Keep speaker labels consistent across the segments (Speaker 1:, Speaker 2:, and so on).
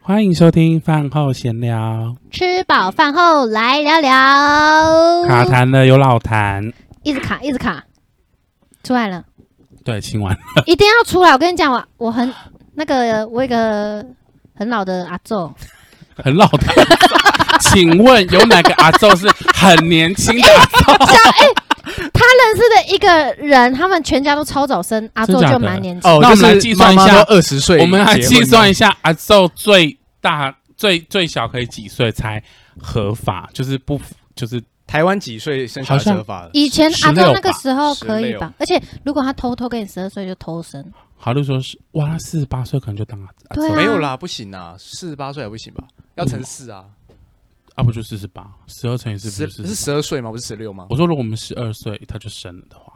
Speaker 1: 欢迎收听饭后闲聊，
Speaker 2: 吃饱饭后来聊聊。
Speaker 1: 卡痰的有老痰，
Speaker 2: 一直卡，一直卡，出来了，
Speaker 1: 对，清完
Speaker 2: 一定要出来。我跟你讲，我我很那个，我有一个很老的阿 昼，
Speaker 1: 很老痰。请问有哪个阿昼是很年轻 的？
Speaker 2: 哎他认识的一个人，他们全家都超早生，阿
Speaker 1: 真
Speaker 2: 昼
Speaker 1: 假的
Speaker 2: 就蛮年轻。
Speaker 3: 哦，
Speaker 1: 那我
Speaker 3: 就
Speaker 1: 们来
Speaker 3: 是
Speaker 1: 计算一下
Speaker 3: 二十岁，
Speaker 1: 我们来计算一
Speaker 3: 下，
Speaker 1: 下阿昼最大、最最小可以几岁才合法？就是不就是
Speaker 3: 台湾几岁生小孩
Speaker 1: 好像
Speaker 3: 合法的？
Speaker 2: 以前阿
Speaker 1: 16吧
Speaker 2: 昼那个时候可以
Speaker 3: 16
Speaker 2: 吧？而且如果他偷偷跟你十二岁就偷生，
Speaker 1: 好就说是哇，他四十八岁可能就当阿阿
Speaker 2: 对啊
Speaker 1: 昼，
Speaker 3: 没有啦，不行啊，四十八岁还不行吧？要乘四啊，
Speaker 1: 啊不就四十八，十二乘以四
Speaker 3: 十
Speaker 1: 不是
Speaker 3: 是
Speaker 1: 四十？
Speaker 3: 十二岁吗？不是十六吗？
Speaker 1: 我说如果我们十二岁他就生了的话。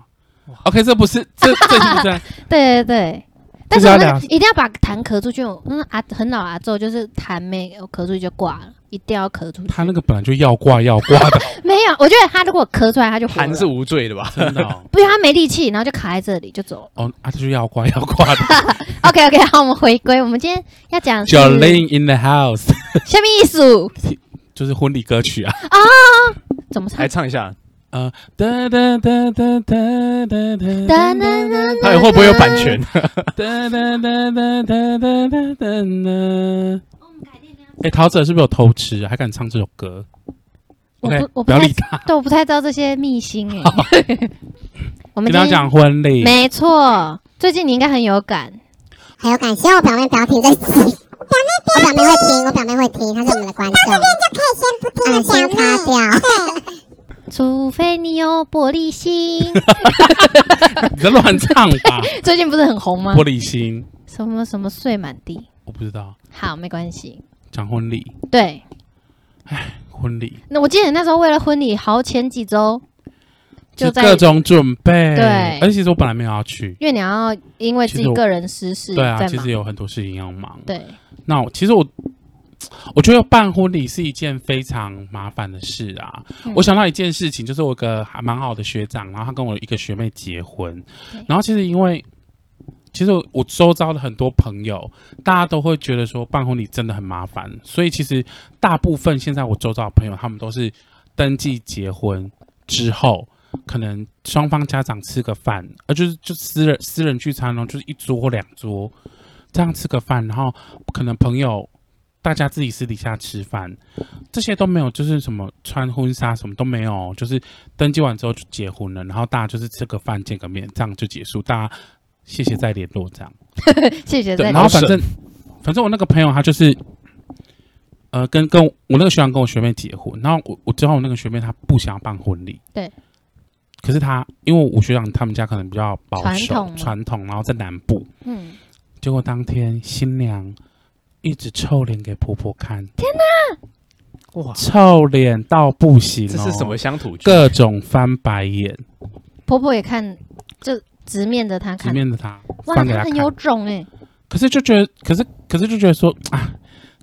Speaker 1: OK，这不是这这是不 是
Speaker 2: 对对对。但是
Speaker 1: 这是
Speaker 2: 我
Speaker 1: 要
Speaker 2: 那
Speaker 1: 聊
Speaker 2: 个一定要把痰咳出去。我那阿很老阿昼就是痰没有咳出去就挂了，一定要咳出去。
Speaker 1: 他那个本来就要挂要挂的，
Speaker 2: 没有，我觉得他如果咳出来他就活了
Speaker 3: 谈是无罪的吧？
Speaker 1: 真的哦
Speaker 2: 不然他没力气，然后就卡在这里 就走了。
Speaker 1: 哦，啊，这就要挂要挂的。
Speaker 2: OK OK，好，我们 回归，我们今天要讲是
Speaker 1: Jolene in the house，
Speaker 2: 下面艺术
Speaker 1: 就是婚礼歌曲啊。
Speaker 2: 怎么
Speaker 1: 哎
Speaker 2: 唱
Speaker 3: 来？唱一 下，
Speaker 1: 呃，哒哒哒哒哒哒哒
Speaker 2: 哒哒哒
Speaker 3: 到底会不会有版权？
Speaker 1: 哒哒哒哒哒哒哒哒呢？哎，陶喆是不是有偷吃啊？还敢唱这首歌
Speaker 2: 我
Speaker 1: ？OK，
Speaker 2: 不我不
Speaker 1: 不要
Speaker 2: 太
Speaker 1: 理他。
Speaker 2: 对，我不太知道这些秘辛哎。 我们
Speaker 1: 跟
Speaker 2: 今
Speaker 1: 他
Speaker 2: 天
Speaker 1: 讲婚礼，
Speaker 2: 没错，最近你应该很有感。
Speaker 4: 很有感，希望我表妹不要听这集。表妹，我表妹会听，我表妹会听，她是我们的观众。那这边就可以先不听了，先卡掉。
Speaker 2: 除非你有玻 璃心，
Speaker 1: 你在乱唱 吧？
Speaker 2: 最近不是很红吗
Speaker 1: 玻？璃心，
Speaker 2: 什么什么碎满地。
Speaker 1: 我不知道。
Speaker 2: 好，没关系。
Speaker 1: 讲婚礼，
Speaker 2: 对，
Speaker 1: 婚礼
Speaker 2: 那我记得你那时候为了婚礼，好前几周，就
Speaker 1: 就
Speaker 2: 在
Speaker 1: 各种准备，
Speaker 2: 对
Speaker 1: 而且其实我本来没有要去，
Speaker 2: 因为你要因为自
Speaker 1: 其实
Speaker 2: 己
Speaker 1: 我
Speaker 2: 个人私事
Speaker 1: 对啊，
Speaker 2: 在
Speaker 1: 其
Speaker 2: 忙
Speaker 1: 实。有很多事情要忙。
Speaker 2: 对，
Speaker 1: 那我其实我，我觉得办婚礼是一件非常麻烦的事啊。
Speaker 2: 嗯
Speaker 1: 我想到一件事情，就是我有个还蛮好的学长，然后他跟我一个学妹结婚
Speaker 2: 对，
Speaker 1: 然后其实因为。其实我周遭的很多朋友，大家都会觉得说办婚礼真的很麻烦，所以其实大部分现在我周遭的朋友，他们都是登记结婚之后，可能双方家长吃个饭，呃，就是就私人私人聚餐哦，就是一桌或两桌这样吃个饭，然后可能朋友大家自己私底下吃饭，这些都没有，就是什么穿婚纱什么都没有，就是登记完之后就结婚了，然后大家就是吃个饭见个面，这样就结束，大家谢谢再联络这样。
Speaker 2: 谢谢
Speaker 1: 对，
Speaker 2: 在
Speaker 1: 然后
Speaker 3: 好
Speaker 1: 反正反正我那个朋友他就是，呃，跟跟我我那个学长跟我学妹结婚，然后我我知道我那个学妹她不想要办婚礼，
Speaker 2: 对。
Speaker 1: 可是她因为我学长他们家可能比较保守
Speaker 2: 传统吗
Speaker 1: 传统，然后在南部，
Speaker 2: 嗯。
Speaker 1: 结果当天新娘一直臭脸给婆婆看，
Speaker 3: 哇，
Speaker 1: 臭脸到不行、哦，
Speaker 3: 这是什么？乡土剧？
Speaker 1: 各种翻白眼，
Speaker 2: 婆婆也看，就直面着她
Speaker 1: 直
Speaker 2: 看，
Speaker 1: 面着她
Speaker 2: 哇，
Speaker 1: 翻给她
Speaker 2: 她
Speaker 1: 看
Speaker 2: 很。有种哎、
Speaker 1: 可是就觉得，可是可是就觉得说啊，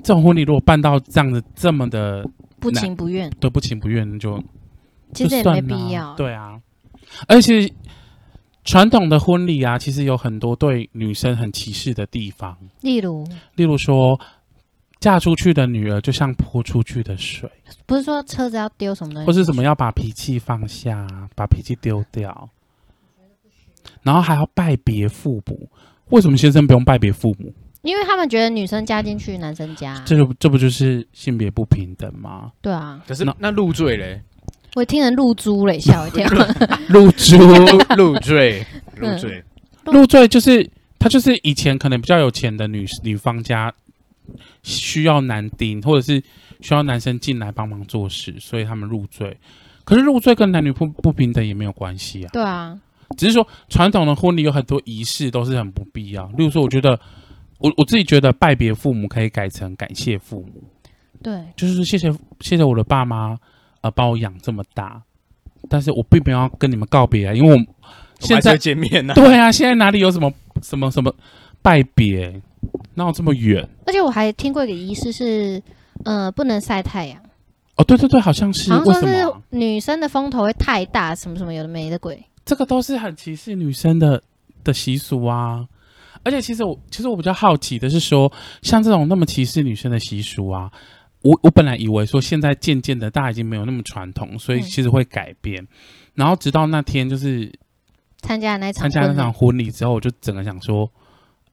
Speaker 1: 这种婚礼如果办到这样的这么的
Speaker 2: 不情不愿，
Speaker 1: 对不情不愿，就
Speaker 2: 其实也
Speaker 1: 就算
Speaker 2: 没
Speaker 1: 啦
Speaker 2: 必要。
Speaker 1: 对啊，而且传统的婚礼啊，其实有很多对女生很歧视的地方，
Speaker 2: 例如，
Speaker 1: 例如说，嫁出去的女儿就像泼出去的水。
Speaker 2: 不是说车子要丢什么东西，
Speaker 1: 或是什么要把脾气放下，把脾气丢掉，然后还要拜别父母。为什么先生不用拜别父母？
Speaker 2: 因为他们觉得女生嫁进去，男生嫁，
Speaker 1: 这就这不就是性别不平等吗？
Speaker 2: 对啊，
Speaker 3: 可是
Speaker 1: 那
Speaker 3: 那入赘嘞，
Speaker 2: 我听人露珠嘞，吓我 一跳。
Speaker 1: 入猪
Speaker 3: 入 赘，
Speaker 2: 嗯
Speaker 3: 入赘，
Speaker 1: 入赘就是他就是以前可能比较有钱的女女方家需要男丁，或者是需要男生进来帮忙做事，所以他们入赘。可是入赘跟男女不不平等也没有关系啊。
Speaker 2: 对啊，
Speaker 1: 只是说传统的婚礼有很多仪式都是很不必要，例如说，我觉得我我自己觉得拜别父母可以改成感谢父母，
Speaker 2: 对，
Speaker 1: 就是谢谢谢谢我的爸妈，呃，把我养这么大，但是我并没有要跟你们告别啊，因为我
Speaker 3: 我们
Speaker 1: 现
Speaker 3: 还是会
Speaker 1: 在
Speaker 3: 见面呢。
Speaker 1: 对啊，现在哪里有什么什么什么拜别，哪有这么远？
Speaker 2: 而且我还听过一个仪式是，呃，不能晒太阳，
Speaker 1: 哦，对对对，好像是
Speaker 2: 好像
Speaker 1: 为
Speaker 2: 说
Speaker 1: 什么
Speaker 2: 是
Speaker 1: 啊？
Speaker 2: 女生的风头会太大，什么什么有的没的鬼。
Speaker 1: 这个都是很歧视女生的的习俗啊。而且其实我其实我比较好奇的是说，像这种那么歧视女生的习俗啊，我我本来以为说现在渐渐的大家已经没有那么传统，所以
Speaker 2: 嗯
Speaker 1: 其实会改变。然后直到那天就是
Speaker 2: 参加的那一场
Speaker 1: 参加那
Speaker 2: 婚礼，
Speaker 1: 场婚礼之后，我就整个想说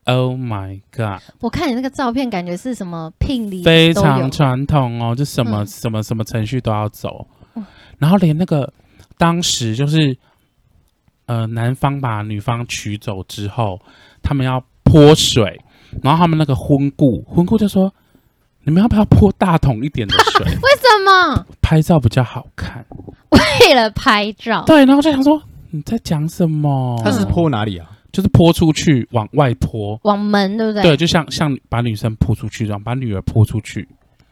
Speaker 1: ，Oh my god，
Speaker 2: 我看你那个照片，感觉是什么聘礼
Speaker 1: 非
Speaker 2: 都有
Speaker 1: 常传统哦，就什么、
Speaker 2: 嗯
Speaker 1: 什么什么程序都要走
Speaker 2: 哇，
Speaker 1: 然后连那个当时就是呃男方把女方娶走之后，他们要泼水，然后他们那个婚顾婚顾就说。你们要不要泼大桶一点的 水？
Speaker 2: 为什么？
Speaker 1: 拍照比较好看。
Speaker 2: 哦为了拍照，
Speaker 1: 对，然后就想说你在讲什么？
Speaker 5: 他是泼哪里
Speaker 3: 哦
Speaker 5: 啊？
Speaker 1: 就是泼出去，往外泼。
Speaker 2: 往门对不对？
Speaker 1: 对，，就像像把女生泼出去这样，把女儿泼出去。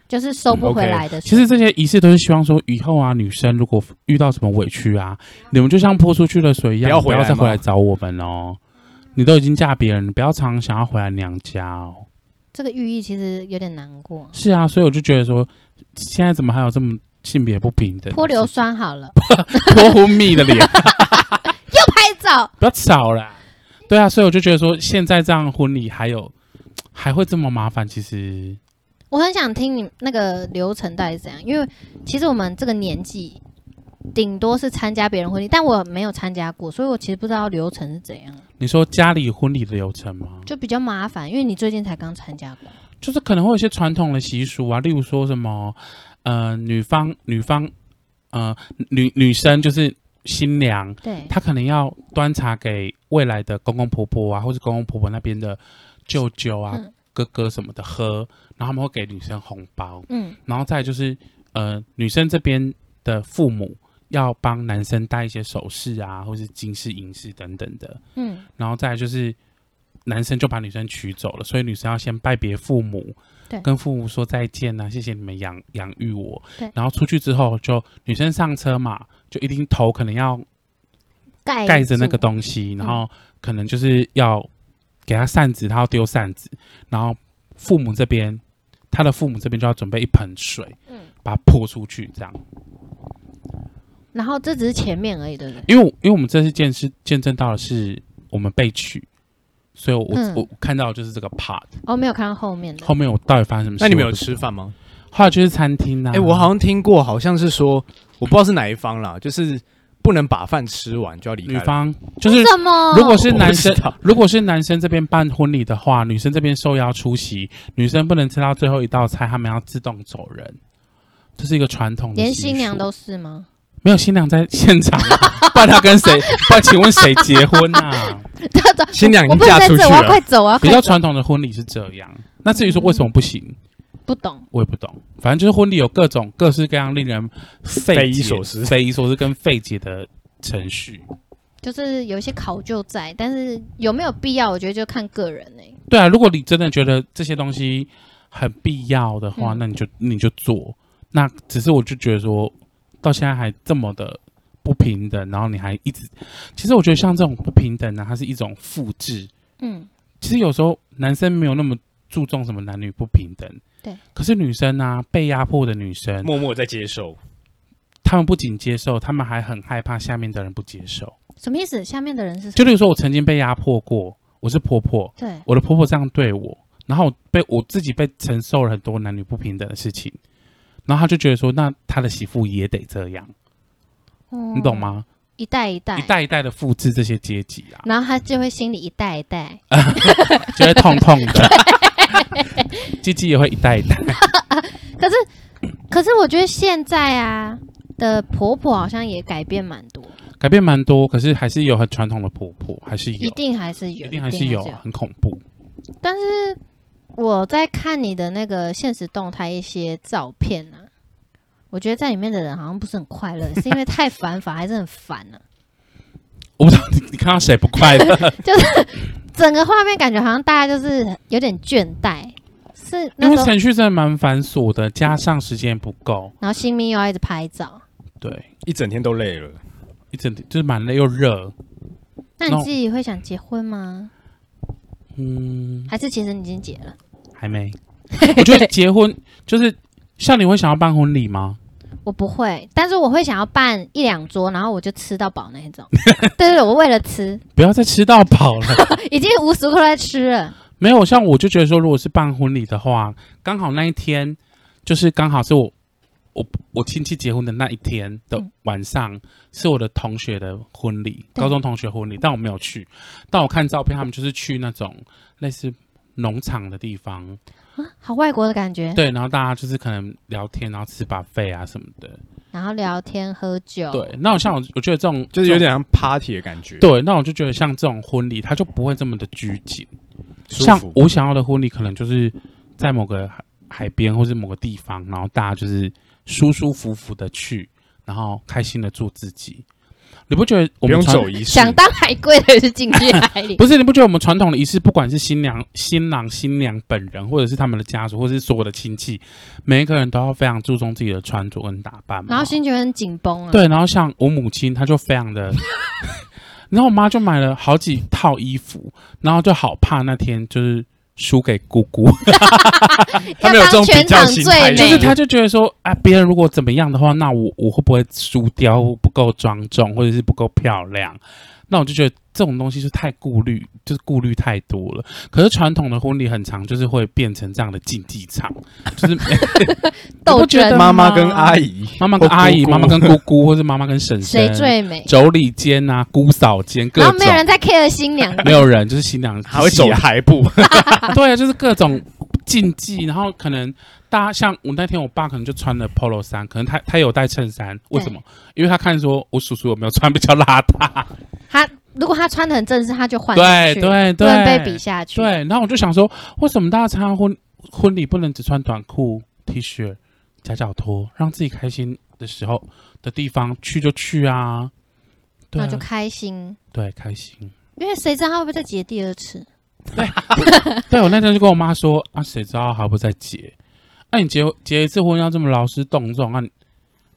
Speaker 2: 就是收不回来的。
Speaker 1: 嗯其实这些仪式都是希望说，以后啊，女生如果遇到什么委屈啊，你们就像泼出去的水一样，
Speaker 5: 不
Speaker 1: 不
Speaker 5: 要
Speaker 1: 要
Speaker 5: 回来
Speaker 1: 再
Speaker 5: 嘛
Speaker 1: 回来找我们哦。你都已经嫁别人，你不要常想要回来娘家哦。
Speaker 2: 这个寓意其实有点难过。
Speaker 1: 是啊，所以我就觉得说，现在怎么还有这么性别不平等？
Speaker 2: 泼硫酸好了，
Speaker 1: 泼红蜜的 脸，
Speaker 2: 拍照
Speaker 1: 不要吵啦。对啊，所以我就觉得说，现在这样婚礼还有还会这么麻烦，其实
Speaker 2: 我很想听你那个流程到底是怎样，因为其实我们这个年纪，顶多是参加别人婚礼，但我没有参加过，所以我其实不知道流程是怎样，
Speaker 1: 你说家里婚礼的流程吗？
Speaker 2: 就比较麻烦。因为你最近才刚参加过，
Speaker 1: 就是可能会有一些传统的习俗啊，例如说什么，呃，女方女方，呃，女女生就是新娘，
Speaker 2: 对，
Speaker 1: 她可能要端茶给未来的公公婆婆啊，或是公公婆婆那边的舅舅啊、
Speaker 2: 嗯
Speaker 1: 哥哥什么的喝，然后他们会给女生红包，
Speaker 2: 嗯，
Speaker 1: 然后再来就是呃，女生这边的父母要帮男生戴一些首饰啊，或是金饰、银饰等等的，
Speaker 2: 嗯，
Speaker 1: 然后再来就是男生就把女生娶走了，所以女生要先拜别父母，
Speaker 2: 对
Speaker 1: 跟父母说再见啊，谢谢你们养养育我
Speaker 2: 对，
Speaker 1: 然后出去之后就女生上车嘛，就一定头可能要
Speaker 2: 盖
Speaker 1: 盖着那个
Speaker 2: 住嗯
Speaker 1: 东西，然后可能就是要给他扇子，他要丢扇子，然后父母这边，他的父母这边就要准备一盆水，
Speaker 2: 嗯
Speaker 1: 把它泼出去，这样。
Speaker 2: 然后这只是前面而已，对不对？
Speaker 1: 因为我因为我们这次见是见证到的是我们被取，所以我、
Speaker 2: 嗯
Speaker 1: 我看到的就是这个 part，
Speaker 2: 哦，没有看到后面的
Speaker 1: 后，面我到底发生什么事？
Speaker 5: 那你们
Speaker 1: 我
Speaker 5: 有
Speaker 1: 不知
Speaker 5: 吃饭吗？
Speaker 1: 后来就是餐厅啊。
Speaker 5: 哎、我好像听过，好像是说，我不知道是哪一方啦，就是不能把饭吃完就要离开
Speaker 1: 女
Speaker 5: 了。
Speaker 1: 方就是，
Speaker 2: 什么？
Speaker 1: 如果是男
Speaker 5: 我
Speaker 1: 生
Speaker 5: 不知道，
Speaker 1: 如果是男生这边办婚礼的话，女生这边受邀出席，女生不能吃到最后一道菜，他们要自动走人。这是一个传统的习
Speaker 2: 连
Speaker 1: 俗，
Speaker 2: 新娘都是吗？
Speaker 1: 没有新娘在现场啊，不然她跟 谁？不然请问谁结婚 啊？
Speaker 5: 新娘已
Speaker 2: 我
Speaker 5: 经
Speaker 2: 不能
Speaker 5: 嫁
Speaker 2: 在
Speaker 5: 出去
Speaker 2: 这，我要快
Speaker 5: 了，
Speaker 2: 走，我啊要
Speaker 1: 比
Speaker 2: 快
Speaker 1: 较
Speaker 2: 走。
Speaker 1: 传统的婚礼是这样。那至于说为什么不行，
Speaker 2: 不懂，
Speaker 1: 我也不懂，反正就是婚礼有各种各式各样令人费
Speaker 5: 匪夷
Speaker 1: 解
Speaker 5: 所思
Speaker 1: 匪夷所思跟费解的程序。
Speaker 2: 就是有一些考究在，但是有没有必要，我觉得就看个人欸呢、
Speaker 1: 对啊，如果你真的觉得这些东西很必要的话，
Speaker 2: 嗯
Speaker 1: 那你就你就做。那只是我就觉得说，到现在还这么的不平等，然后你还一直，其实我觉得像这种不平等呢、啊它是一种复制。
Speaker 2: 嗯，
Speaker 1: 其实有时候男生没有那么注重什么男女不平等，
Speaker 2: 对。
Speaker 1: 可是女生啊，被压迫的女生，
Speaker 5: 默默在接受。
Speaker 1: 她们不仅接受，她们还很害怕下面的人不接受。
Speaker 2: 什么意思？下面的人是
Speaker 1: 就例如说，我曾经被压迫过，我是婆婆，
Speaker 2: 对，
Speaker 1: 我的婆婆这样对我，然后我被我自己被承受了很多男女不平等的事情，然后她就觉得说，那她的媳妇也得这样，你
Speaker 2: 你
Speaker 1: 懂？吗？
Speaker 2: 哦一代一代，
Speaker 1: 一，代一代的复制这些阶级啊，
Speaker 2: 然后他就会心里一代一代，
Speaker 1: 就会痛痛 的。鸡鸡也会一代一代，
Speaker 2: 可是，可是我觉得现在啊的婆婆好像也改变蛮多，
Speaker 1: 改变蛮多，可是还是有很传统的婆婆，还是
Speaker 2: 一
Speaker 1: 有，
Speaker 2: 定还是有，
Speaker 1: 一定还是有，啊很恐怖。
Speaker 2: 但是我在看你的那个现实动态一些照片啊，我觉得在里面的人好像不是很快乐，是因为太 繁华还是很烦啊呢、
Speaker 1: 我不知道你你看到谁不快 乐，
Speaker 2: 整个画面感觉好像大家就是有点倦怠，是
Speaker 1: 因
Speaker 2: 那
Speaker 1: 为
Speaker 2: 时候，
Speaker 1: 程序真的蛮繁琐的，加上时间不够，
Speaker 2: 然后新密又要一直拍照。
Speaker 1: 对，
Speaker 5: 一整天都累了，
Speaker 1: 一整天就是蛮累又热，
Speaker 2: 那你
Speaker 1: 那
Speaker 2: 自己会想结婚吗？
Speaker 1: 嗯，
Speaker 2: 还是其实你已经结了？
Speaker 1: 还没。我觉得结婚就是像你会想要办婚礼吗？
Speaker 2: 我不会，但是我会想要办一两桌，然后我就吃到饱那一 种。对对对，我为了吃，
Speaker 1: 不要再吃到饱了。
Speaker 2: 已经无时无刻在吃了。
Speaker 1: 没有，像我就觉得说，如果是办婚礼的话，刚好那一天就是刚好是我我我亲戚结婚的那一天的
Speaker 2: 嗯
Speaker 1: 晚上，是我的同学的婚礼，
Speaker 2: 对
Speaker 1: 高中同学婚礼，但我没有去。但我看照片，他们就是去那种类似农场的地方，
Speaker 2: 好外国的感觉，
Speaker 1: 对，然后大家就是可能聊天，然后吃把费啊什么的，
Speaker 2: 然后聊天喝酒，
Speaker 1: 对。那我像我，我觉得这种
Speaker 5: 就是有。点像 party 的感觉，
Speaker 1: 这种对，那我就觉得像这种婚礼，它就不会这么的拘谨。
Speaker 5: 舒
Speaker 1: 像
Speaker 5: 服。
Speaker 1: 我想要的婚礼，可能就是在某个海海边或是某个地方，然后大家就是舒舒服服的去，然后开心的做自己。你不觉得我
Speaker 5: 不
Speaker 1: 们
Speaker 5: 用
Speaker 1: 传
Speaker 5: 走仪式，
Speaker 2: 想当海龟的是进去 海里，
Speaker 1: 不是，你不觉得我们传统的仪式，不管是新娘、新郎、新娘本人，或者是他们的家属，或者是所有的亲戚，每一个人都要非常注重自己的穿着跟打扮嘛。
Speaker 2: 然后心情很紧绷啊。，
Speaker 1: 对，然后像我母亲，她就非常 的，然后我妈就买了好几套衣服，然后就好怕那天就是输给姑 姑，
Speaker 5: 他们有这种比
Speaker 2: 全
Speaker 5: 较
Speaker 2: 场
Speaker 5: 心
Speaker 2: 最
Speaker 5: 态，
Speaker 2: 美，
Speaker 1: 就是她就觉得说啊，别人如果怎么样的话，那我我会不会输掉或不够庄重，或者是不够漂亮？那我就觉得这种东西就太顾虑，就是顾虑太多了。可是传统的婚礼很长，就是会变成这样的竞技场，就是
Speaker 2: 斗
Speaker 1: 你不觉得
Speaker 2: 争
Speaker 5: 妈妈跟阿姨，
Speaker 1: 妈妈跟阿姨、
Speaker 5: 或姑姑
Speaker 1: 妈妈跟姑姑，或是妈妈跟婶婶，
Speaker 2: 谁最美，
Speaker 1: 妯娌间啊、姑嫂间各
Speaker 2: 然
Speaker 1: 种
Speaker 2: 后没有人在 care 新娘，
Speaker 1: 没有人，就是新娘
Speaker 5: 还会
Speaker 1: 自
Speaker 5: 走
Speaker 1: 己啊
Speaker 5: 台步，
Speaker 1: 对啊，就是各种禁忌，然后可能大家像我那天，我爸可能就穿了 polo 衫，可能他他有带衬衫，为什么？因为他看说我叔叔有没有穿比较邋遢，
Speaker 2: 她如果她穿的很正式，她就 换
Speaker 1: 对
Speaker 2: 上去
Speaker 1: 对
Speaker 2: 不能被比
Speaker 1: 对，
Speaker 2: 下去。
Speaker 1: 对，然后我就想说，为什么大家参加婚婚礼不能只穿短裤、T 恤、夹脚拖，让自己开心的时候的地方去就去啊？对
Speaker 2: 那
Speaker 1: 啊
Speaker 2: 就开心，
Speaker 1: 对，开心。
Speaker 2: 因为谁知道她会不会再结第二次？
Speaker 1: 对我那天就跟我妈说啊，谁知道还不再结？那、你结结一次婚要这么劳师动众啊？你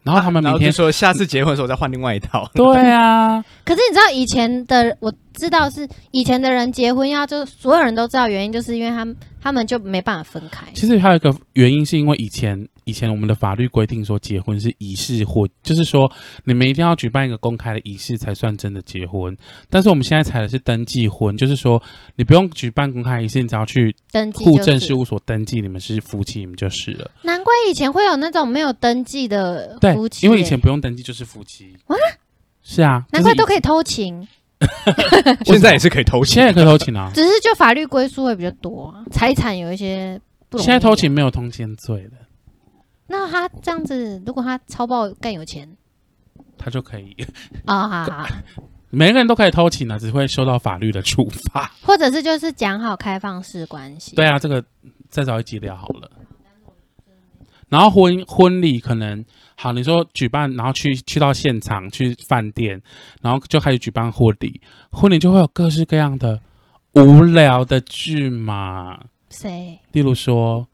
Speaker 1: 然后他们
Speaker 5: 然
Speaker 1: 明
Speaker 5: 后
Speaker 1: 天
Speaker 5: 就说下次结婚的时候再换另外一套。
Speaker 1: 对啊，
Speaker 2: 可是你知道以前的，我知道是以前的人结婚要就所有人都知道原因，就是因为他们他们就没办法分开。
Speaker 1: 其实还有一个原因，是因为以前以前我们的法律规定说结婚是仪式或，就是说你们一定要举办一个公开的仪式才算真的结婚。但是我们现在采的是登记婚，就是说你不用举办公开仪式，你只要去
Speaker 2: 登记
Speaker 1: 户
Speaker 2: 就
Speaker 1: 政
Speaker 2: 是
Speaker 1: 事，务所登记你们是夫妻，你们就是了。
Speaker 2: 难怪以前会有那种没有登记的
Speaker 1: 对
Speaker 2: 夫，妻耶，
Speaker 1: 因为以前不用登记就是夫妻。
Speaker 2: 哇
Speaker 1: 是啊，
Speaker 2: 难怪都可
Speaker 1: 以，
Speaker 2: 以偷情，
Speaker 5: 现在也是可以偷
Speaker 1: 我
Speaker 5: 情，
Speaker 1: 现在也可以偷情啊。
Speaker 2: 只是就法律归属会比较多啊，财产有一些不容易
Speaker 1: 现在偷情。没有通奸罪了，
Speaker 2: 那他这样子，如果他超爆更有钱
Speaker 1: 他就可以，
Speaker 2: 啊，好好好
Speaker 1: 每个人都可以偷情啊，只会受到法律的处罚。
Speaker 2: 或者是就是讲好开放式关系，
Speaker 1: 对啊，这个再找一集聊好了。然后婚婚礼可能好，你说举办，然后去去到现场去饭店，然后就开始举办婚礼，婚礼就会有各式各样的无聊的剧嘛，
Speaker 2: 谁
Speaker 1: 例如说，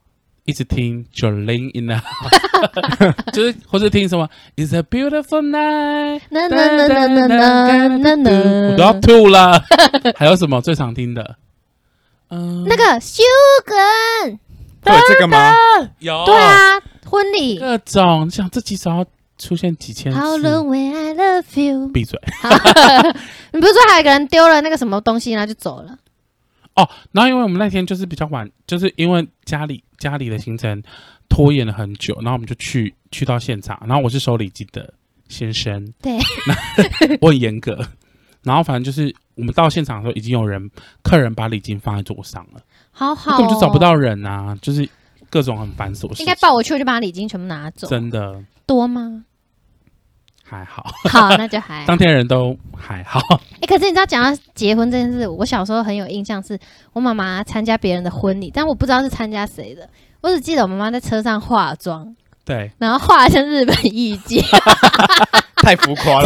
Speaker 1: 一直听 Jolene in the house，就是 或是听什么 It's a beautiful night，
Speaker 2: 那那那那那那那那
Speaker 1: 我都要吐了。 还有什么最常听的？嗯，
Speaker 2: 那个修梗，
Speaker 5: 会有这个吗？
Speaker 1: 有
Speaker 2: 对啊，婚礼。
Speaker 1: 各种，你想这几首要出现几千次？
Speaker 2: How long when I love you？
Speaker 1: 闭嘴
Speaker 2: 你不是说还有一个人丢了那个什么东西，然后就走了？
Speaker 1: 哦！然后因为我们那天就是比较晚，就是因为家里家里的行程拖延了很久，然后我们就去去到现场，然后我是收礼金的先生，
Speaker 2: 对，
Speaker 1: 我很严格。然后反正就是我们到现场的时候，已经有人客人把礼金放在桌上了，
Speaker 2: 好好、哦，
Speaker 1: 根本就找不。到人啊，就是各种很繁琐的事情。
Speaker 2: 应该抱我去，我就把礼金全部拿走。
Speaker 1: 真的
Speaker 2: 多吗？
Speaker 1: 还好，
Speaker 2: 好，那就还。哎、
Speaker 1: 当天人都还好。
Speaker 2: 可是你知道讲到结婚这件事，我小时候很有印象是，我妈妈参加别人的婚礼，但我不知道是参加谁的，我只记得我妈妈在车上化妆，
Speaker 1: 对，
Speaker 2: 然后化得像日本艺 妓，
Speaker 5: 太浮夸了，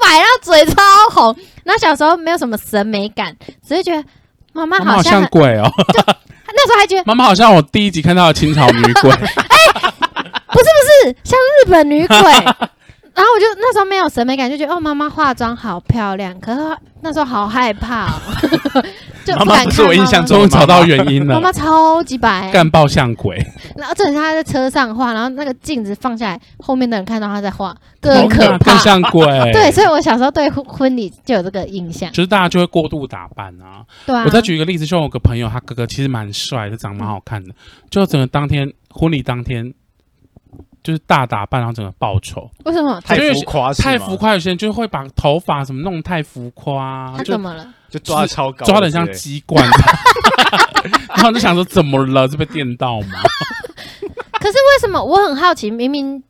Speaker 2: 白到嘴超红。然后小时候没有什么审美感，只是觉得妈妈
Speaker 1: 妈妈
Speaker 2: 好
Speaker 1: 好
Speaker 2: 像
Speaker 1: 像
Speaker 2: 很
Speaker 1: 鬼 哦，
Speaker 2: 那时候还觉得
Speaker 1: 妈妈好像我第一集看到的清朝女 鬼。
Speaker 2: 是像日本女鬼。 然后我就那时候没 有审美感，就觉得哦，妈妈化妆好漂亮。可是那时候好害怕、哦，就
Speaker 5: 妈
Speaker 2: 不
Speaker 5: 妈
Speaker 2: 敢
Speaker 5: 不是
Speaker 2: 看
Speaker 5: 我印
Speaker 2: 妈
Speaker 5: 象
Speaker 2: 妈
Speaker 5: 中
Speaker 1: 终于找到原因
Speaker 2: 妈
Speaker 1: 了，
Speaker 2: 妈超级白，
Speaker 1: 干爆像鬼，
Speaker 2: 然后正是他在车上画，然后那个镜子放下来，后面的人看到他在画，
Speaker 1: 好
Speaker 2: 更
Speaker 5: 哦
Speaker 2: 可
Speaker 1: 更
Speaker 2: 怕。
Speaker 1: 哦像鬼。
Speaker 2: 对，，所以我小时候对婚婚礼就有这个印象。
Speaker 1: 就是大家就会过度打扮啊。
Speaker 2: 对啊，
Speaker 1: 我再举一个例子，就我有个朋友，他哥哥其实蛮帅的，长得蛮好看的，就整个当天婚礼当天就是大打扮，然后整个爆丑，
Speaker 2: 为什么
Speaker 5: 太
Speaker 1: 就是
Speaker 5: 浮夸，
Speaker 1: 太浮，夸，有些人就会把头发什么弄太浮夸啊、
Speaker 2: 他
Speaker 1: 就
Speaker 2: 怎么了？
Speaker 5: 就抓得超高，
Speaker 1: 抓的像
Speaker 5: 对
Speaker 1: 鸡冠。 然后我就想说，怎么了？是被电到吗？
Speaker 2: 可是为什么我很好奇，明明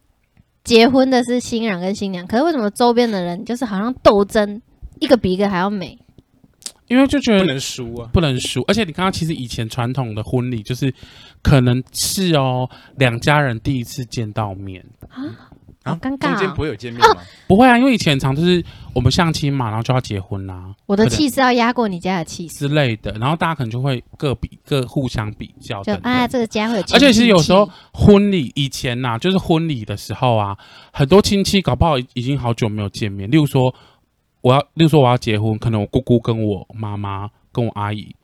Speaker 2: 结婚的是新郎跟新娘，可是为什么周边的人就是好像斗争，一个比一个还要美？
Speaker 1: 因为就觉得
Speaker 5: 不能输啊。
Speaker 1: 不能输，而且你刚刚其实以前传统的婚礼就是，可能是哦，两家人第一次见到面，
Speaker 2: 好
Speaker 5: 啊
Speaker 2: 尴尬
Speaker 5: 中间
Speaker 2: 哦
Speaker 5: 不会有见面吗？
Speaker 1: 不会啊，因为以前常就是我们相亲嘛，然后就要结婚啦、
Speaker 2: 我的
Speaker 1: 可能
Speaker 2: 气势要压过你家的气
Speaker 1: 之
Speaker 2: 势，
Speaker 1: 类的，然后大家可能就会各比各互相比较
Speaker 2: 就
Speaker 1: 等等。
Speaker 2: 啊，这个家会有。
Speaker 1: 而且其实有时候，婚礼以前呐、就是婚礼的时候啊，很多亲戚搞不好已经好久没有见面。例如说，我要，例如说我要结婚，可能我姑姑跟我妈妈跟我阿姨，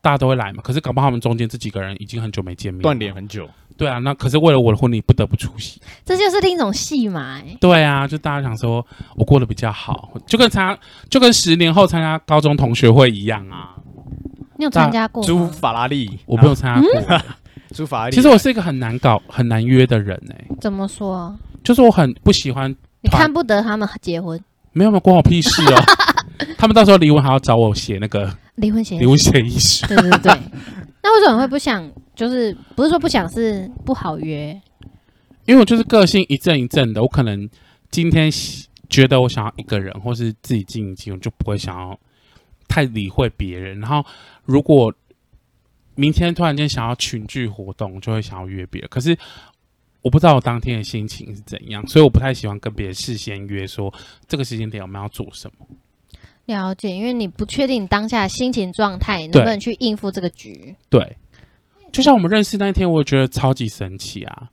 Speaker 1: 大家都会来嘛。可是搞不好他们中间这几个人已经很久没见面，
Speaker 5: 断联。很久，
Speaker 1: 对啊，那可是为了我的婚礼不得不出席。
Speaker 2: 这就是另一种戏码、欸。
Speaker 1: 对啊，就大家想说我过得比较好，就跟参就跟十年后参加高中同学会一样啊。
Speaker 2: 你有参加过
Speaker 5: 租
Speaker 2: 吗？
Speaker 5: 法拉利，
Speaker 1: 我没有参加过。
Speaker 5: 租法拉利。
Speaker 1: 哦其实我是一个很难搞、很难约的人哎、
Speaker 2: 怎么说？
Speaker 1: 就是我很不喜欢，
Speaker 2: 你
Speaker 1: 团
Speaker 2: 看不得他们结婚，
Speaker 1: 没有没有关我屁事哦。他们到时候离婚还要找我写那个
Speaker 2: 离婚协议
Speaker 1: 离。婚协议书，
Speaker 2: 对对对。 那为什么会不想？就是不是说不想，是不好约。
Speaker 1: 因为我就是个性一阵一阵的，我可能今天喜觉得我想要一个人，或是自己静一静，我就不会想要太理会别人。然后如果明天突然间想要群聚活动，就会想要约别人。可是我不知道我当天的心情是怎样，所以我不太喜欢跟别人事先约说这个时间点我们要做什么。
Speaker 2: 了解，因为你不确定你当下的心情状态能
Speaker 1: 对
Speaker 2: 不能去应付这个局。
Speaker 1: 对，就像我们认识那一天，我也觉得超级神奇啊！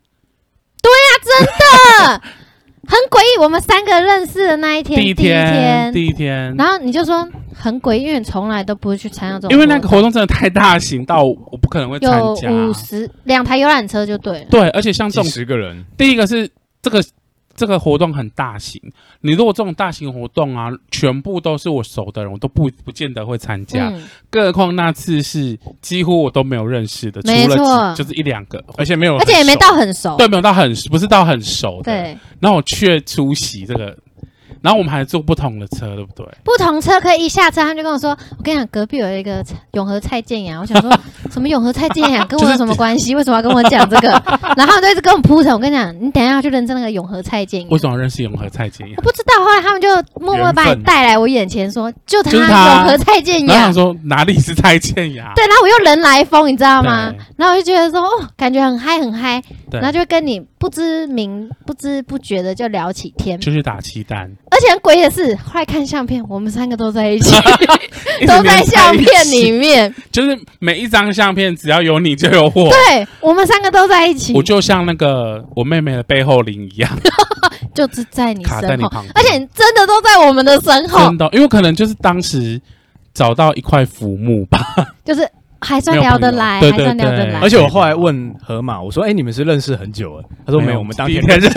Speaker 2: 很诡异，我们三个认识的那一天，
Speaker 1: 第一
Speaker 2: 天，
Speaker 1: 天，第一天，
Speaker 2: 然后你就说很诡异，因为你从来都不会去参加这种活
Speaker 1: 因
Speaker 2: 动，
Speaker 1: 为那个活动真的太大型到我不可能会参加。
Speaker 2: 有五十两台游览车就对了，
Speaker 1: 对，而且像这
Speaker 5: 几
Speaker 1: 种，
Speaker 5: 十个人，
Speaker 1: 第一个是这个这个活动很大型，你如果这种大型活动啊，全部都是我熟的人，我都不不见得会参加。
Speaker 2: 嗯，
Speaker 1: 更何况那次是几乎我都没有认识的，除
Speaker 2: 没
Speaker 1: 了
Speaker 2: 错
Speaker 1: 几就是一两个，
Speaker 5: 而且没有很熟，
Speaker 2: 而且也没到很熟，
Speaker 1: 对，没有到很不是到很熟的。
Speaker 2: 对，
Speaker 1: 然后我却出席这个，然后我们还坐不同的车，对不对？
Speaker 2: 不同车可以一下车，他们就跟我说，我跟你讲，隔壁有一个永和蔡健雅，我 想说什么永和蔡健雅跟我有什么关系？为什么要跟我讲 这个？然后他们就一直跟我铺陈，我跟你讲，你等一下要去认真那个永和蔡健雅
Speaker 1: 为。什么要认识永和蔡健雅
Speaker 2: 我？不知道，后来他们就默默把你带来我眼前说，就他
Speaker 1: 就是他
Speaker 2: 永和蔡健
Speaker 1: 然后
Speaker 2: 雅
Speaker 1: 想，说哪里是蔡健雅？
Speaker 2: 对，然后我又人来疯，你知道吗
Speaker 1: 对？
Speaker 2: 然后我就觉得说，哦，感觉很嗨很嗨，
Speaker 1: 对
Speaker 2: 然后就会跟你不知名不知不觉的就聊起天，
Speaker 1: 就去打气 弹，
Speaker 2: 而且很诡异的是，后来看相片，我们三个都在一起，
Speaker 1: 一
Speaker 2: 都
Speaker 1: 直黏
Speaker 2: 在相片里
Speaker 1: 一起，
Speaker 2: 面，
Speaker 1: 就是每一张相片只要有你就有我。
Speaker 2: 对我们三个都在一起
Speaker 1: 我，就像那个我妹妹的背后灵一样，
Speaker 2: 就是在你
Speaker 1: 卡在
Speaker 2: 身
Speaker 1: 你
Speaker 2: 后，
Speaker 1: 旁边。
Speaker 2: 而且你真的都在我们的身后
Speaker 1: 真，的，因为可能就是当时找到一块浮木吧，
Speaker 2: 就是还算
Speaker 1: 没有
Speaker 2: 聊得
Speaker 1: 朋友
Speaker 2: 来，
Speaker 1: 对
Speaker 2: 还
Speaker 1: 对
Speaker 2: 算聊得
Speaker 1: 对
Speaker 2: 来
Speaker 5: 而。且我后来问河马，我说：“哎，你们是认识很久了？”他说：“没有，我们当
Speaker 1: 第
Speaker 5: 天
Speaker 1: 一天认识，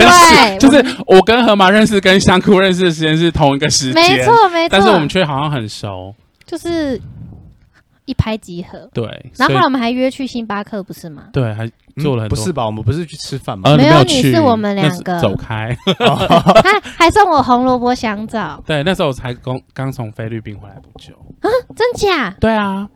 Speaker 2: 对，
Speaker 1: 就是我跟河马认识跟香菇认识的时间是同一个时间，
Speaker 2: 没，错没错，
Speaker 1: 但是我们却好像很熟，
Speaker 2: 就是一拍即合。
Speaker 1: 对，
Speaker 2: 然后
Speaker 1: 所以
Speaker 2: 后来我们还约去星巴克，不是吗？
Speaker 1: 对还做了很
Speaker 5: 嗯不
Speaker 1: 多
Speaker 5: 是吧？我们不是去吃饭吗
Speaker 1: 呃，
Speaker 2: 没有
Speaker 1: 没有
Speaker 2: 你
Speaker 1: 去，
Speaker 2: 是我们
Speaker 1: 那
Speaker 2: 两
Speaker 1: 是
Speaker 2: 个
Speaker 1: 走开。
Speaker 2: 他还送我红萝卜香枣，
Speaker 1: 对，那时候我才刚刚从菲律宾回来不久。
Speaker 2: 真假？
Speaker 1: 对啊，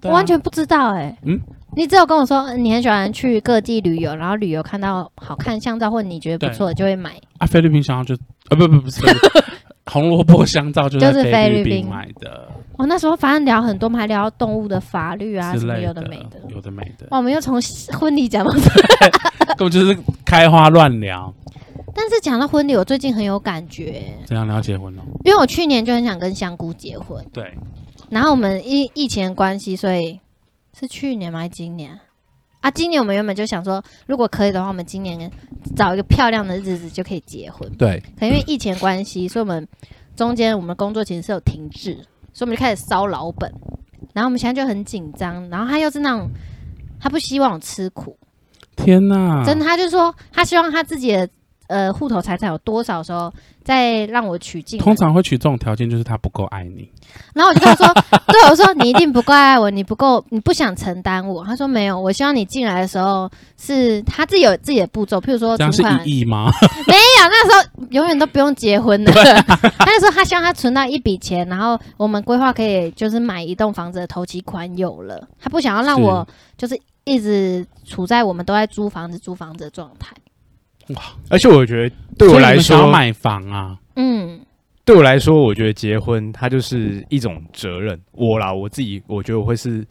Speaker 1: 对
Speaker 2: 我
Speaker 1: 啊
Speaker 2: 完全不知道哎、
Speaker 1: 嗯
Speaker 2: 你只有跟我说嗯你很喜欢去各地旅游，然后旅游看到好看香皂或你觉得不错的就会买。
Speaker 1: 啊，菲律宾香皂就啊，不不 不是菲律宾红萝卜香皂，就在
Speaker 2: 就是
Speaker 1: 菲
Speaker 2: 菲
Speaker 1: 律
Speaker 2: 律
Speaker 1: 宾
Speaker 2: 宾
Speaker 1: 买的
Speaker 2: 我哦那时候反正聊很多，我们还聊到动物的法律啊
Speaker 1: 之
Speaker 2: 什么
Speaker 1: 类
Speaker 2: 有的没的。哦
Speaker 1: 有的没的，
Speaker 2: 哇，我们又从婚礼讲到，
Speaker 1: 根本就是开花乱聊。
Speaker 2: 但是讲到婚礼，我最近很有感觉欸、
Speaker 1: 这样聊结婚了，哦
Speaker 2: 因为我去年就很想跟香菇结婚。
Speaker 1: 对，
Speaker 2: 然后我们疫疫情的关系，所以是去年吗？还是今年啊啊？今年我们原本就想说，如果可以的话，我们今年找一个漂亮的日子就可以结婚。
Speaker 1: 对，
Speaker 2: 可因为疫情的关系，所以我们中间我们工作其实是有停滞，所以我们就开始烧老本。然后我们现在就很紧张，然后他又是那种他不希望我吃苦，
Speaker 1: 天哪，
Speaker 2: 真的，他就说他希望他自己的呃户头财产有多少时候再让我取进来，
Speaker 1: 通常会取这种条件，就是他不够爱你。
Speaker 2: 然后我就跟他说， 对我说你一定不够爱我，你不够，你不想承担我。他说没有，我希望你进来的时候是他自己有自己的步骤，譬如说
Speaker 1: 这
Speaker 2: 存
Speaker 1: 样是
Speaker 2: 款，哎
Speaker 1: 一亿吗？
Speaker 2: 呀，那时候永远都不用结婚的。 他就说他希望他存到一笔钱，然后我们规划可以就是买一栋房子的头期款有了，他不想要让
Speaker 1: 是
Speaker 2: 我就是一直处在我们都在租房子租房子的状态。
Speaker 5: 而且我觉得对
Speaker 1: 所
Speaker 5: 我
Speaker 1: 以你
Speaker 5: 来
Speaker 1: 们想要
Speaker 5: 说，
Speaker 1: 买房啊，
Speaker 2: 嗯，
Speaker 5: 对我来说，我觉得结婚它就是一种责任。我啦，我自己，我觉得我会是，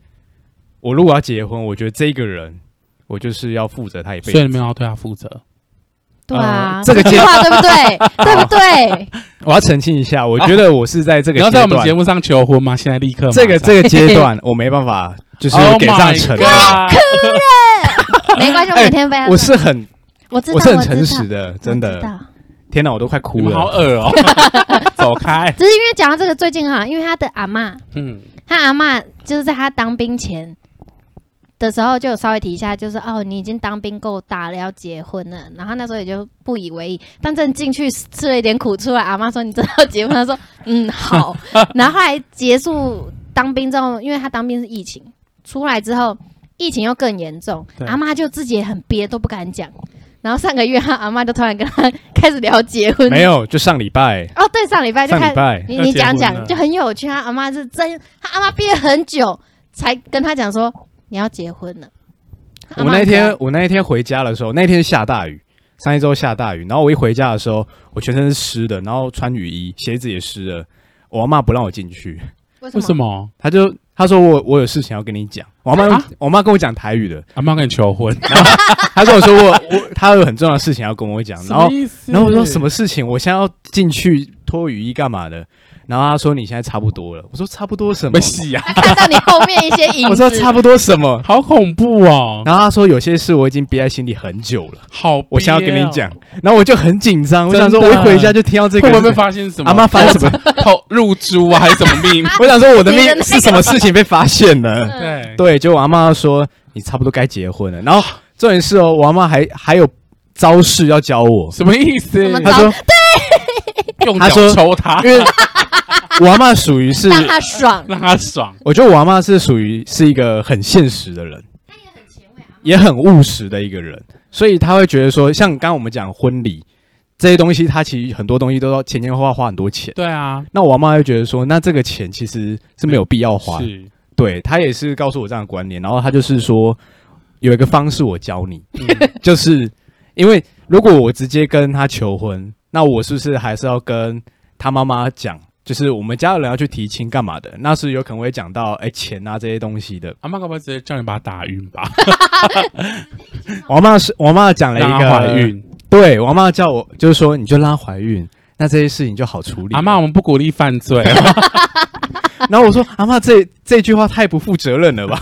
Speaker 5: 我如果要结婚，我觉得这个人，我就是要负责他一辈
Speaker 1: 所以
Speaker 5: 子。
Speaker 1: 你们要对他负责。
Speaker 2: 对啊，
Speaker 5: 呃这个阶
Speaker 2: 句话对不对？对不 对？
Speaker 5: 我要澄清一下，我觉得我是啊在这个
Speaker 1: 你要
Speaker 5: 阶
Speaker 1: 在我
Speaker 5: 段，
Speaker 1: 们节目上求婚吗？现在立刻马上。Oh
Speaker 5: 这个这个 阶段，我没办法，就是给上承诺。
Speaker 2: 没关系，我每天被他
Speaker 5: 哎我是很
Speaker 2: 我知道，
Speaker 5: 我
Speaker 2: 我
Speaker 5: 是很
Speaker 2: 知
Speaker 5: 诚
Speaker 2: 道
Speaker 5: 实的，真
Speaker 2: 我知
Speaker 5: 的。
Speaker 2: 道
Speaker 5: 天哪，我都快哭
Speaker 1: 你们好
Speaker 5: 了。
Speaker 1: 恶哦，走开。
Speaker 2: 只是因为讲到这个最近哈，因为他的阿嬷，
Speaker 1: 嗯，
Speaker 2: 他阿嬷就是在他当兵前的时候就有稍微提一下，就是哦，你已经当兵够大了，要结婚了。然后他那时候也就不以为意，但真的进去吃了一点苦，出来阿嬷说你真的要结婚，他说嗯好。 然后后来结束当兵之后，因为他当兵是疫情，出来之后疫情又更严重，
Speaker 1: 对
Speaker 2: 阿妈就自己也很憋，都不敢讲。然后上个月，他阿妈就突然跟他开始聊结婚，
Speaker 5: 没有，就上礼拜，
Speaker 2: 哦，对，上礼拜就
Speaker 5: 上
Speaker 2: 开
Speaker 5: 礼拜
Speaker 2: 你
Speaker 1: 要
Speaker 2: 你
Speaker 1: 结
Speaker 2: 讲
Speaker 1: 婚
Speaker 2: 讲
Speaker 1: 了
Speaker 2: 就很有趣。他阿妈是真，他阿妈憋了很久才跟他讲说你要结婚了。
Speaker 1: 嗯
Speaker 2: 阿
Speaker 5: 我
Speaker 2: 嬷
Speaker 5: 那一
Speaker 2: 很
Speaker 5: 天
Speaker 2: 可爱，
Speaker 5: 我那一天回家的时候，那天下大雨，上一周下大雨，然后我一回家的时候，我全身是湿的，然后穿雨衣，鞋子也湿了。我阿妈不让我进去，
Speaker 1: 为
Speaker 2: 为
Speaker 1: 什
Speaker 2: 什么？
Speaker 1: 么
Speaker 5: 她就她说我我有事情要跟你讲。我阿妈用、
Speaker 1: 啊
Speaker 5: 我妈跟我讲台语的，
Speaker 1: 阿妈跟你求婚？
Speaker 5: 她跟我说我我她有很重要的事情要跟我讲，然后
Speaker 1: 什么意思
Speaker 5: 然后我说什？么事情？我现在要进去脱雨衣干嘛的？然后她说你现在差不多了。我说差不多什么
Speaker 1: 被？戏啊 呀，
Speaker 2: 他看到你后面一些影子，
Speaker 5: 我说差不多什 么？
Speaker 1: 好恐怖哦！
Speaker 5: 然后她说有些事我已经憋在心里很久了，
Speaker 1: 好憋哦，
Speaker 5: 我想要跟你讲。然后我就很紧张，我
Speaker 1: 真的
Speaker 5: 想说我一回家就听到这
Speaker 1: 会
Speaker 5: 个，
Speaker 1: 不会被发现什么？
Speaker 5: 阿妈发现什么？
Speaker 1: 偷入珠啊，还是什么秘密？
Speaker 5: 我想说我的
Speaker 2: 你的那
Speaker 5: 命
Speaker 2: 个
Speaker 5: 是什么事情被发现了？
Speaker 2: 嗯
Speaker 1: 对，
Speaker 5: 对，就我阿妈说你差不多该结婚了。然后重点是哦，我阿妈还还有招式要教 我，
Speaker 1: 什么意思
Speaker 2: 什？么
Speaker 5: 她
Speaker 2: 招
Speaker 5: 说
Speaker 1: 用
Speaker 5: 他
Speaker 1: 脚
Speaker 5: 说
Speaker 1: 抽他，
Speaker 5: 因为我阿妈属于是
Speaker 2: 让他爽。
Speaker 1: 让他爽。
Speaker 5: 我觉得我阿妈是属于是一个很现实的人，也很务实的一个人，所以他会觉得说，像刚刚我们讲婚礼这些东西，他其实很多东西都要前前后后花很多钱。
Speaker 1: 对啊，
Speaker 5: 那我阿妈会觉得说，那这个钱其实是没有必要花。
Speaker 1: 是
Speaker 5: 对他也是告诉我这样的观念，然后他就是说有一个方式我教你，
Speaker 1: 嗯
Speaker 5: 就是因为如果我直接跟他求婚，那我是不是还是要跟他妈妈讲，就是我们家人要去提亲干嘛的？那是有可能会讲到哎、钱啊这些东西的。
Speaker 1: 阿妈，该不会直接叫你把他打晕吧？
Speaker 5: 我妈是我妈讲了
Speaker 1: 让
Speaker 5: 一
Speaker 1: 他
Speaker 5: 个
Speaker 1: 怀，孕。
Speaker 5: 对我妈叫我就是说你就让她怀孕。那这些事情就好处理。
Speaker 1: 阿妈，我，们不鼓励犯 罪。
Speaker 5: 然后我说阿妈这这句话太不负责任了吧？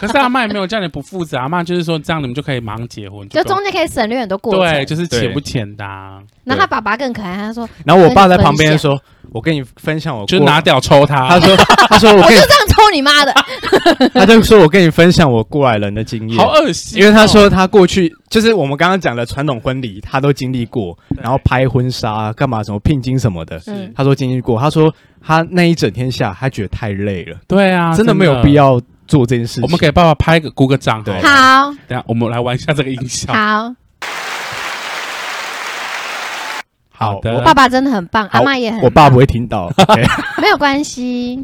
Speaker 1: 可是阿妈也没有叫你不负责，阿妈就是说这样你们就可以马上结婚，
Speaker 2: 就
Speaker 1: 不用
Speaker 2: 中间可以省略很多过
Speaker 1: 对，
Speaker 2: 程。
Speaker 1: 就是钱不钱的啊，
Speaker 2: 然后他爸爸更可爱，他说
Speaker 5: 然后我爸在旁边说：“我跟你分享我过
Speaker 1: 就是拿屌抽他。
Speaker 5: 他说：“他说我跟你，
Speaker 2: 这样抽你妈的，
Speaker 5: 他就说我跟你分享我过来人的经验
Speaker 1: 好，恶心哦，
Speaker 5: 因为他说他过去就是我们刚刚讲的传统婚礼，他都经历过，然后拍婚纱干嘛什么聘金什么的，
Speaker 2: 嗯，
Speaker 5: 他说经历过。他说他那一整天下，他觉得太累了，
Speaker 1: 对啊，
Speaker 5: 真的没有必。要做这件事情。
Speaker 1: 我们给爸爸拍个鼓个掌，
Speaker 5: 对
Speaker 1: 好，
Speaker 2: 好
Speaker 1: 等一下我们来玩一下这个音效。
Speaker 2: 好，
Speaker 1: 好的
Speaker 5: 我
Speaker 2: 爸爸真的很棒，
Speaker 5: 好
Speaker 2: 阿妈也很
Speaker 5: 我爸不会听到。OK，
Speaker 2: 没有关系，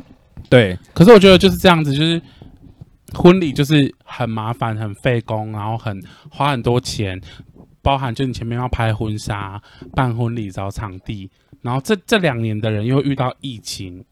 Speaker 5: 对，
Speaker 1: 可是我觉得就是这样子，就是婚礼就是很麻烦、很费工，然后很花很多钱，包含就你前面要拍婚纱、办婚礼、找场地，然后这这两年的人又遇到疫情，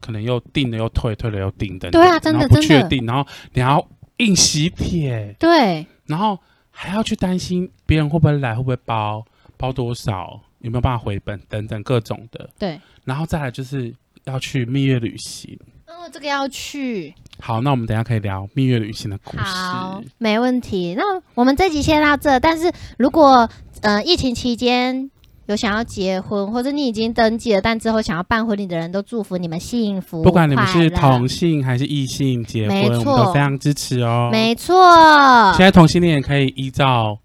Speaker 1: 可能又定了又退，退了又定等等，
Speaker 2: 对啊真的
Speaker 1: 然后不
Speaker 2: 真的
Speaker 1: 确定，然后你还要印喜帖，
Speaker 2: 对，
Speaker 1: 然后还要去担心别人会不会来，会不会包，包多少，有没有办法回本等等各种的。
Speaker 2: 对，
Speaker 1: 然后再来就是要去蜜月旅行。
Speaker 2: 嗯，这个要去。
Speaker 1: 好，那我们等一下可以聊蜜月旅行的故
Speaker 2: 好
Speaker 1: 事。，
Speaker 2: 没问题。那我们这集先到这，但是如果呃疫情期间有想要结婚，或者你已经登记了，但之后想要办婚礼的人都祝福你们幸福，
Speaker 1: 不管你们是
Speaker 2: 快乐
Speaker 1: 同性还是异性结婚，
Speaker 2: 没
Speaker 1: 我们
Speaker 2: 错
Speaker 1: 都非常支持哦。
Speaker 2: 没错，
Speaker 1: 现在同性恋也可以依照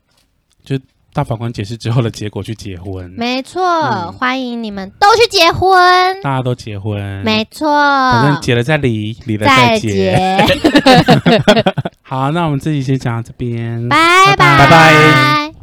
Speaker 1: 就大法官解释之后的结果去结婚，
Speaker 2: 没错，
Speaker 1: 嗯
Speaker 2: 欢迎你们都去结婚，
Speaker 1: 大家都结婚，
Speaker 2: 没错，
Speaker 1: 反正结了再离，离了再
Speaker 2: 再
Speaker 1: 结。
Speaker 2: 结，
Speaker 1: 好，那我们这集先讲到这边，
Speaker 2: 拜拜
Speaker 1: 拜拜。